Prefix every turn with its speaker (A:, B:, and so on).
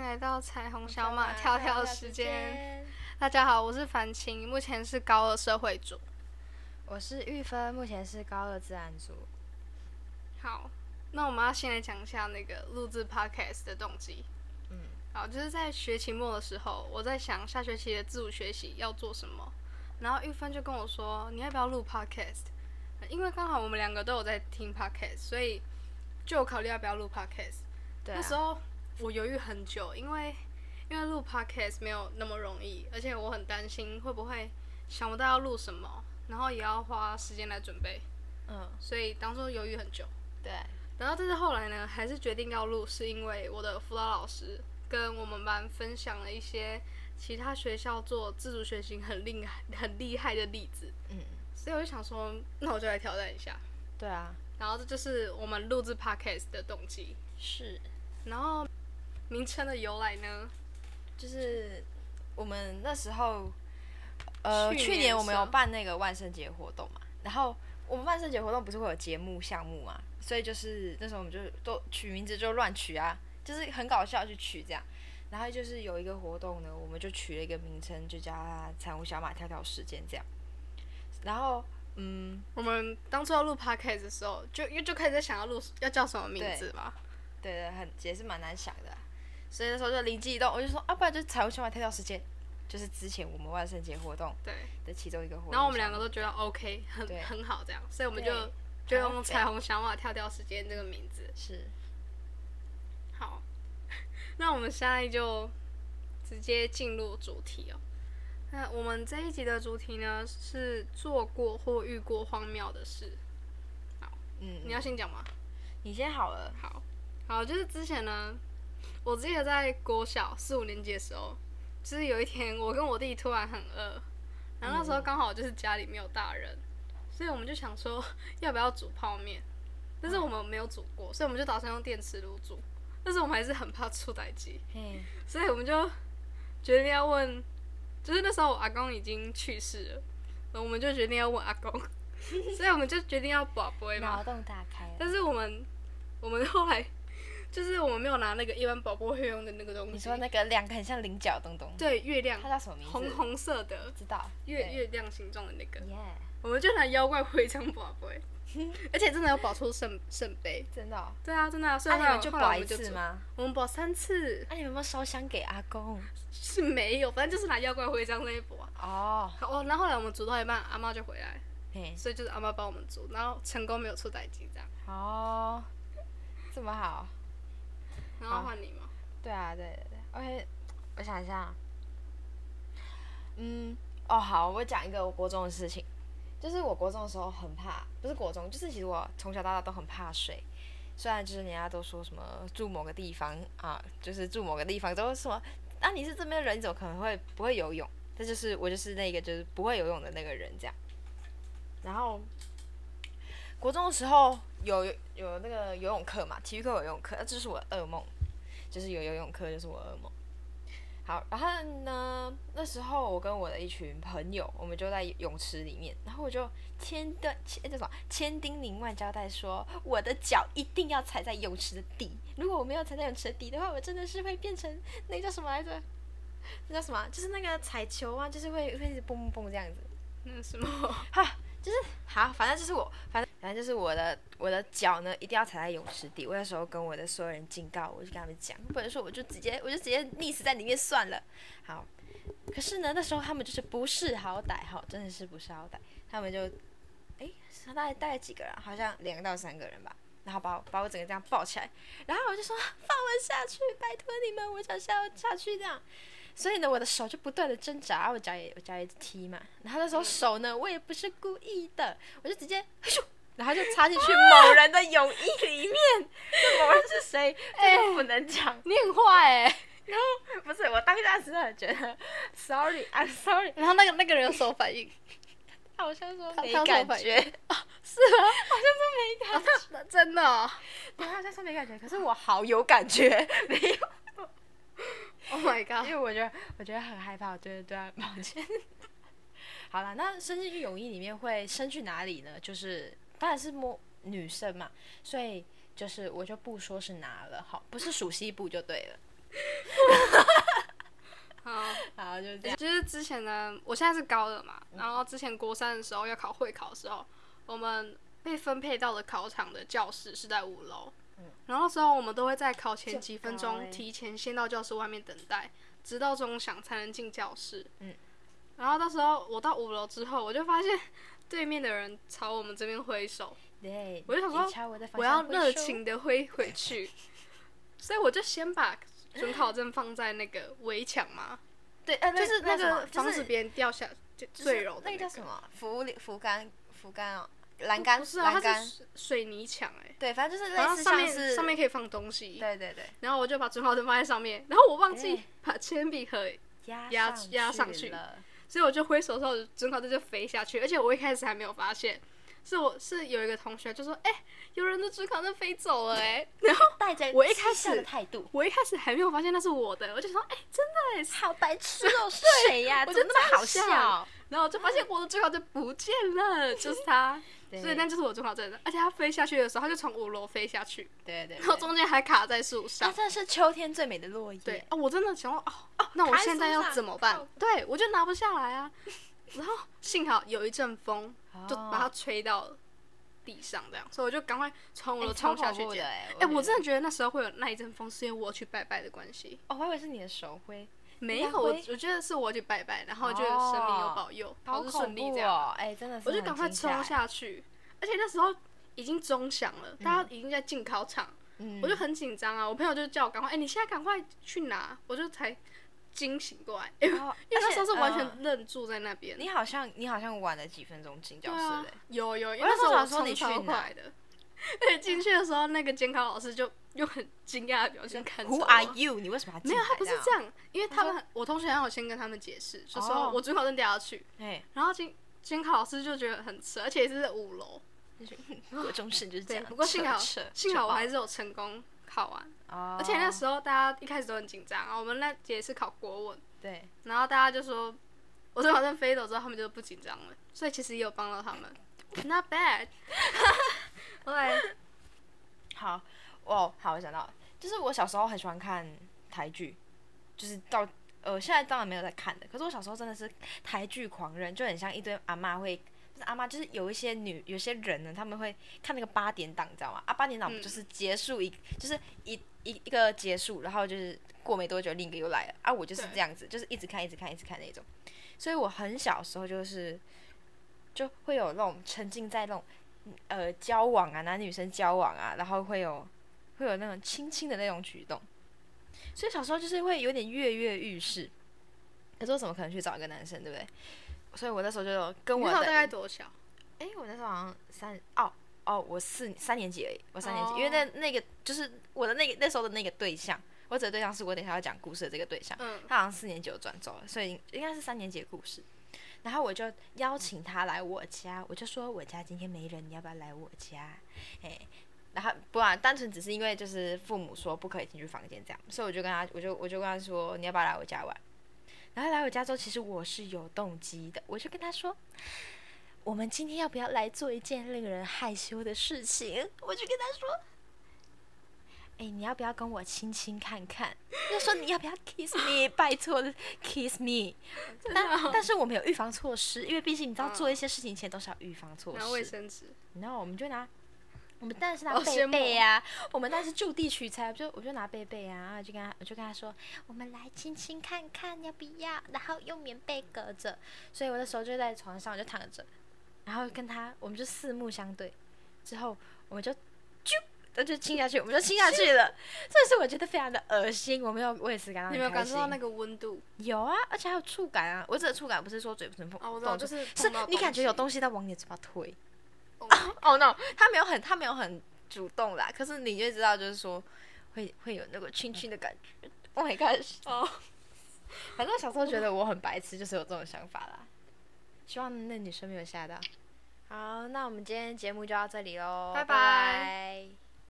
A: 来到彩虹小马跳跳时间。，大家好，我是樊青，目前是高二社会组。
B: 我是玉芬，目前是高二自然组。
A: 好，那我们要先来讲一下那个录制 podcast 的动机。
B: 嗯，
A: 好，就是在学期末的时候，我在想下学期的自主学习要做什么，然后玉芬就跟我说，你要不要录 podcast？呃因为刚好我们两个都有在听 podcast，所以就有考虑要不要录 podcast。
B: 对、啊，
A: 那时候我犹豫很久，因为因为录 podcast 没有那么容易，而且我很担心会不会想不到要录什么，然后也要花时间来准备，
B: 嗯，
A: 所以当初犹豫很久。
B: 对，
A: 然后但是后来呢，还是决定要录，是因为我的辅导老师跟我们班分享了一些其他学校做自主学习很厉害、很厉害的例子，
B: 嗯，
A: 所以我就想说，那我就来挑战一下。
B: 对啊，
A: 然后这就是我们录制 podcast 的动机。
B: 是，
A: 然后名称的由来呢，
B: 就是我们那时候，呃，
A: 去
B: 去
A: 年
B: 年我们
A: 是
B: 有
A: 吗
B: 办那个万圣节活动嘛，然后我们万圣节活动不是会有节目项目嘛，所以就是那时候我们就都取名字就乱取啊，就是很搞笑去取这样。然后就是有一个活动呢，我们就取了一个名称，就叫它“彩虹小马跳跳时间”这样。然后，嗯，
A: 我们当初要录 podcast 的时候，就因为就开始在想要录要叫什么名字嘛。
B: 对对，很也是蛮难想的啊、所以那时候就灵机一动，我就说啊，不然就彩虹小马跳跳时间，就是之前我们万圣节活动
A: 对，
B: 的其中一个活动项目。
A: 然后我们两个都觉得 OK，很
B: 对
A: 很好这样，所以我们就
B: 对
A: 就
B: 好
A: 用“
B: 这样
A: 彩虹小马跳跳时间”这个名字。
B: 是
A: 好， 那我们现在就直接进入主题哦。那我们这一集的主题呢是做过或遇过荒谬的事，
B: 嗯，
A: 你要先讲吗？
B: 你先好了，
A: 好，好，就是之前呢，我记得在国小四五年级的时候，就是有一天我跟我弟突然很饿，然后那时候刚好就是家里没有大人，所以我们就想说要不要煮泡面，但是我们没有煮过，所以我们就打算用电磁炉煮，但是我们还是很怕出歹机，
B: 嘿，
A: 所以我们就决定要问，就是那时候我阿公已经去世了，然后我们就决定要问阿公， 所以我们就决定要宝贝嘛
B: 脑，洞打开了。
A: 但是我们我们后来 就是我们没有拿那个一般宝宝会用的那个东西。
B: 你说那个两个很像菱角的东东，
A: 对月亮
B: 它叫什么名字？
A: 红红色的
B: 知道
A: 月
B: 对
A: 月亮形状的那个，
B: 耶，
A: 我们就拿妖怪徽章宝欸贝， 而且真的有保出圣圣杯。
B: 真的、哦。
A: 对啊，真的啊，所以
B: 那、
A: 后
B: 你
A: 来
B: 们就
A: 后来我
B: 保
A: 们
B: 一
A: 就
B: 次
A: 煮？
B: 吗？
A: 我们保三次
B: 那、你们有没有烧香给阿公？
A: 是没有，反正就是拿妖怪徽章那一波 啊。
B: 哦，
A: 好哦，然后后来我们煮到一半，阿妈就回来，
B: 嘿，
A: 所以就是阿妈帮我们煮，然后成功没有出歹机这样。
B: 哦，这么好。
A: 然后
B: 好
A: 换你嘛，
B: 对啊，对对对，OK，我想一下，嗯，哦，好，我讲一个我国中的事情，就是我国中的时候很怕，不是国中，就是其实我从小到大都很怕水，虽然就是人家都说什么住某个地方啊，就是住某个地方都是什么，那、你是这边的人，你怎么可能会不会游泳？这就是我就是那个就是不会游泳的那个人这样，然后国中的时候有有那个游泳课嘛，体育课有游泳课，那这是我的噩梦。就是有游泳课就是我噩梦。好，然后呢，那时候我跟我的一群朋友，我们就在泳池里面，然后我就千的千叫什么千叮咛万交代说，我的脚一定要踩在泳池的底，如果我没有踩在泳池的底的话，我真的是会变成那个叫什么来着？那叫什么啊？就是那个彩球啊，就是会会一直蹦蹦蹦这样子。
A: 那什么？
B: 好，反正就是我，反正反正就是我的我的脚呢，一定要踩在泳池底。我那时候跟我的所有人警告，我就跟他们讲，不能说我就直接我就直接溺死在里面算了。好，可是呢，那时候他们就是不识好歹，哈，真的是不识好歹，他们就，诶，是大概大概几个人啊，好像两到三个人吧。然后把我把我整个这样抱起来，然后我就说放我下去，拜托你们，我想下下去这样。所以呢，我的手就不断的挣扎，我脚也我脚也踢嘛。然后那
A: 嗯
B: 时候手呢，我也不是故意的，我就直接咻，然后就插进去
A: 啊
B: 某人的泳衣里 面。那某人是谁，这
A: 哎
B: 个不能讲。
A: 你很坏哎、
B: 不是，我当下真的觉得，sorry，I'm sorry，
A: 然后那个那个人有手反应，
B: 他好像说
A: 他
B: 没
A: 他说
B: 感
A: 反
B: 觉，
A: 是啊，好像是没感觉， 真的哦、
B: 他好像说没感觉，可是我好有感觉，没有，
A: Oh my
B: 因
A: god！
B: 为我觉得我觉得很害怕，我觉得对他抱歉。 好啦，那伸进去泳衣里面会伸去哪里呢？就是当然是摸女生嘛，所以就是我就不说是哪了，好，不是属西部就对了。
A: 之前呢，我现在是高二嘛，
B: 嗯
A: 然后之前国三的时候要考会考的时候，我们被分配到的考场的教室是在五楼
B: 嗯，
A: 然后那时候我们都会在考前
B: 就
A: 几分
B: 高欸
A: 钟提前先到教室外面等待，直到钟响才能进教室。
B: 嗯，
A: 然后到时候我到五楼之后，我就发现对面的人朝我们这边挥手，
B: 对，
A: 我就想说
B: 警察我的方
A: 我要
B: 向会
A: 热
B: 收
A: 情的挥回去，所以我就先把准考证放在那个围墙嘛，
B: 对，呃，
A: 就是那
B: 那
A: 个
B: 房
A: 防
B: 子
A: 止别人掉下就坠楼的
B: 那个叫
A: 个
B: 什？么扶力扶杆扶杆哦，栏杆
A: 不是啊，
B: 栏
A: 它
B: 杆
A: 是，水水泥墙哎、
B: 对，反正就是
A: 然
B: 类
A: 后
B: 似
A: 上
B: 像
A: 面
B: 是
A: 上面可以放东西，
B: 对嗯对对
A: 然后我就把准考证放在上面，然后我忘记
B: 对
A: 把铅笔盒，
B: 压
A: 压压上去
B: 了，
A: 所以我就挥手的时候准考证就飞下去，而且我一开始还没有发现。是我是有一个同学就说，哎、有人的准考证飞走了哎、
B: 带着
A: 我一开
B: 讥笑
A: 始
B: 的态度，
A: 我一开始还没有发现那是我的，我就想说，哎、真的哎、
B: 好白痴 哦，是谁呀？
A: 我
B: 怎么
A: 就
B: 那么好
A: 这样
B: 笑？
A: 然后我就发现我的准考证不见 了，就是它，
B: 对
A: 所以那就是我准考证了。而且它飞下去的时候，它就从五楼飞下去，
B: 对对，啊
A: 然后
B: 对
A: 中间还卡在树
B: 那
A: 上。
B: 真的是秋天最美的落叶。哎
A: 对，啊，我真的想说，哦哦，那我
B: 卡在
A: 现在
B: 树
A: 要
B: 上哦
A: 怎么办
B: 靠？
A: 对我就拿不下来 啊。然后幸好有一阵风，
B: 哦，
A: 就把它吹到地上，这样，所以我就赶快从我
B: 哎
A: 的
B: 超
A: 冲下
B: 恐
A: 去
B: 怖的
A: 捡。
B: 哎，
A: 哎，我
B: 觉得
A: 真的觉得那时候会有那一阵风，是因为我去拜拜的关系。
B: 哦，我还以为是你的手挥，
A: 没
B: 应
A: 有，
B: 该
A: 我
B: 会
A: 我觉得是我去拜拜，然后就神明有保佑，
B: 好
A: 导致顺
B: 恐
A: 利
B: 怖
A: 这样。
B: 哦！哎，真的是
A: 我就
B: 很
A: 赶快
B: 惊
A: 冲
B: 吓哎，
A: 下去，而且那时候已经钟响了，大家已经在进考场，
B: 嗯
A: 我就很紧张啊。我朋友就叫我赶快，哎、你现在赶快去拿，我就才惊醒过来， 因为
B: 哦
A: 因为那时候
B: 而且
A: 是完
B: 嗯
A: 全愣住在那边。
B: 你好像你好像晚了几分钟进
A: 对
B: 教室
A: 啊
B: 嘞，，
A: 有有，因
B: 呃我
A: 为那
B: 那时候
A: 时候
B: 想说
A: 冲
B: 你去
A: 超
B: 哪
A: 快的， 而且进去的时候，那个监考老师就用很惊讶的表情看着
B: Who
A: 我。
B: are you？你为什么要进
A: 啊没有，
B: 来
A: 他不是这样，因为
B: 他
A: 他
B: 说
A: 们我同学让我先跟他们解释，就
B: 哦
A: 说我准考证掉下去，
B: 哎，
A: 然后监监考老师就觉得很扯，而且是在五楼，
B: 国中生就是这
A: 啊对，
B: 样。
A: 不过幸好
B: 扯扯
A: 幸好我还
B: 扯
A: 是有成功考完，
B: 爆哦
A: 而且那时候大家一开始都很紧张啊。我们那节是考国文，
B: 哦对
A: 然后大家就说我准考证飞走之后，他们就不紧张了，所以其实也有帮到他们。Not bad 后来
B: 好哦，好，我想到了，就是我小时候很喜欢看台剧，就是到呃现在当然没有在看的，可是我小时候真的是台剧狂人，就很像一堆阿嬷会。就是阿妈就是有一些女有些人呢，他们会看那个八点档，你知道吗？啊，八点档不
A: 嗯
B: 就是结束一、就是一一一个结束，然后就是过没多久另一个又来了啊，我就是
A: 对
B: 这样子，就是一直看一直看一直看那种。所以我很小时候就是就会有那种沉浸在那种呃交往啊，男女生交往啊，然后会有会有那种亲亲的那种举动，所以小时候就是会有点跃跃欲试。可是我怎么可能去找一个男生，对不对？所以我那时候就有跟
A: 你
B: 我
A: 那时候
B: 的
A: 大概多小？
B: 哎、我那时候好像三哦哦，我四三年级而已，我三年级，
A: 哦
B: 因为那那个就是我的那个那时候的那个对象，我指的对象是我等一下要讲故事的这个对象，
A: 嗯，
B: 他好像四年级有转走了，所以应该是三年级的故事。然后我就
A: 嗯
B: 邀请他来我家，我就说我家今天没人，你要不要来我家？哎，然后不然单纯只是因为就是父母说不可以进去房间这样，所以我就跟他，我就我就跟他说你要不要来我家玩？然后来我家之后，其实我是有动机的，我就跟他说。我们今天要不要来做一件令人害羞的事情？我就跟他说：“哎、你要不要跟我亲亲看看？”就说你要不要 kiss me？拜托 kiss me。但但是我们有预防措施，因为毕竟你知道
A: 嗯
B: 做一些事情前都是要预防措施。
A: 拿卫生纸，
B: 然后我们就拿，我们当然是拿
A: 好
B: 贝
A: 羡慕哦
B: 贝啊，我们当然是就地取材，就我就拿贝贝啊，然后就跟他我就跟他说，我们来亲亲看看要不要，然后用棉被隔着，所以我那时候就在床上我就躺着，然后跟他我们就四目相对，之后我们就啾，那就亲下去，我们就亲下去 了，这是我觉得非常的恶心，我没有我也是感到
A: 你
B: 很
A: 有没有
B: 开
A: 感受到
B: 心
A: 那个温度？
B: 有啊，而且还有触感啊，我指的触感不是说嘴唇碰
A: 哦，我知道，
B: 动
A: 就
B: 作，
A: 是
B: 是
A: 碰到
B: 你感觉有
A: 东
B: 东西在往你的嘴巴推。
A: 西 哦
B: 哦、no，他没有很他没有很主动啦，可是你就知道就是说会会有那个亲亲的感觉。Oh my god！
A: 哦，
B: 反正我小时候觉得我很白痴，就是有这种想法啦。希望那女生没有吓到。好，那我们今天节目就到这里喽，
A: 拜
B: 拜
A: 拜
B: 拜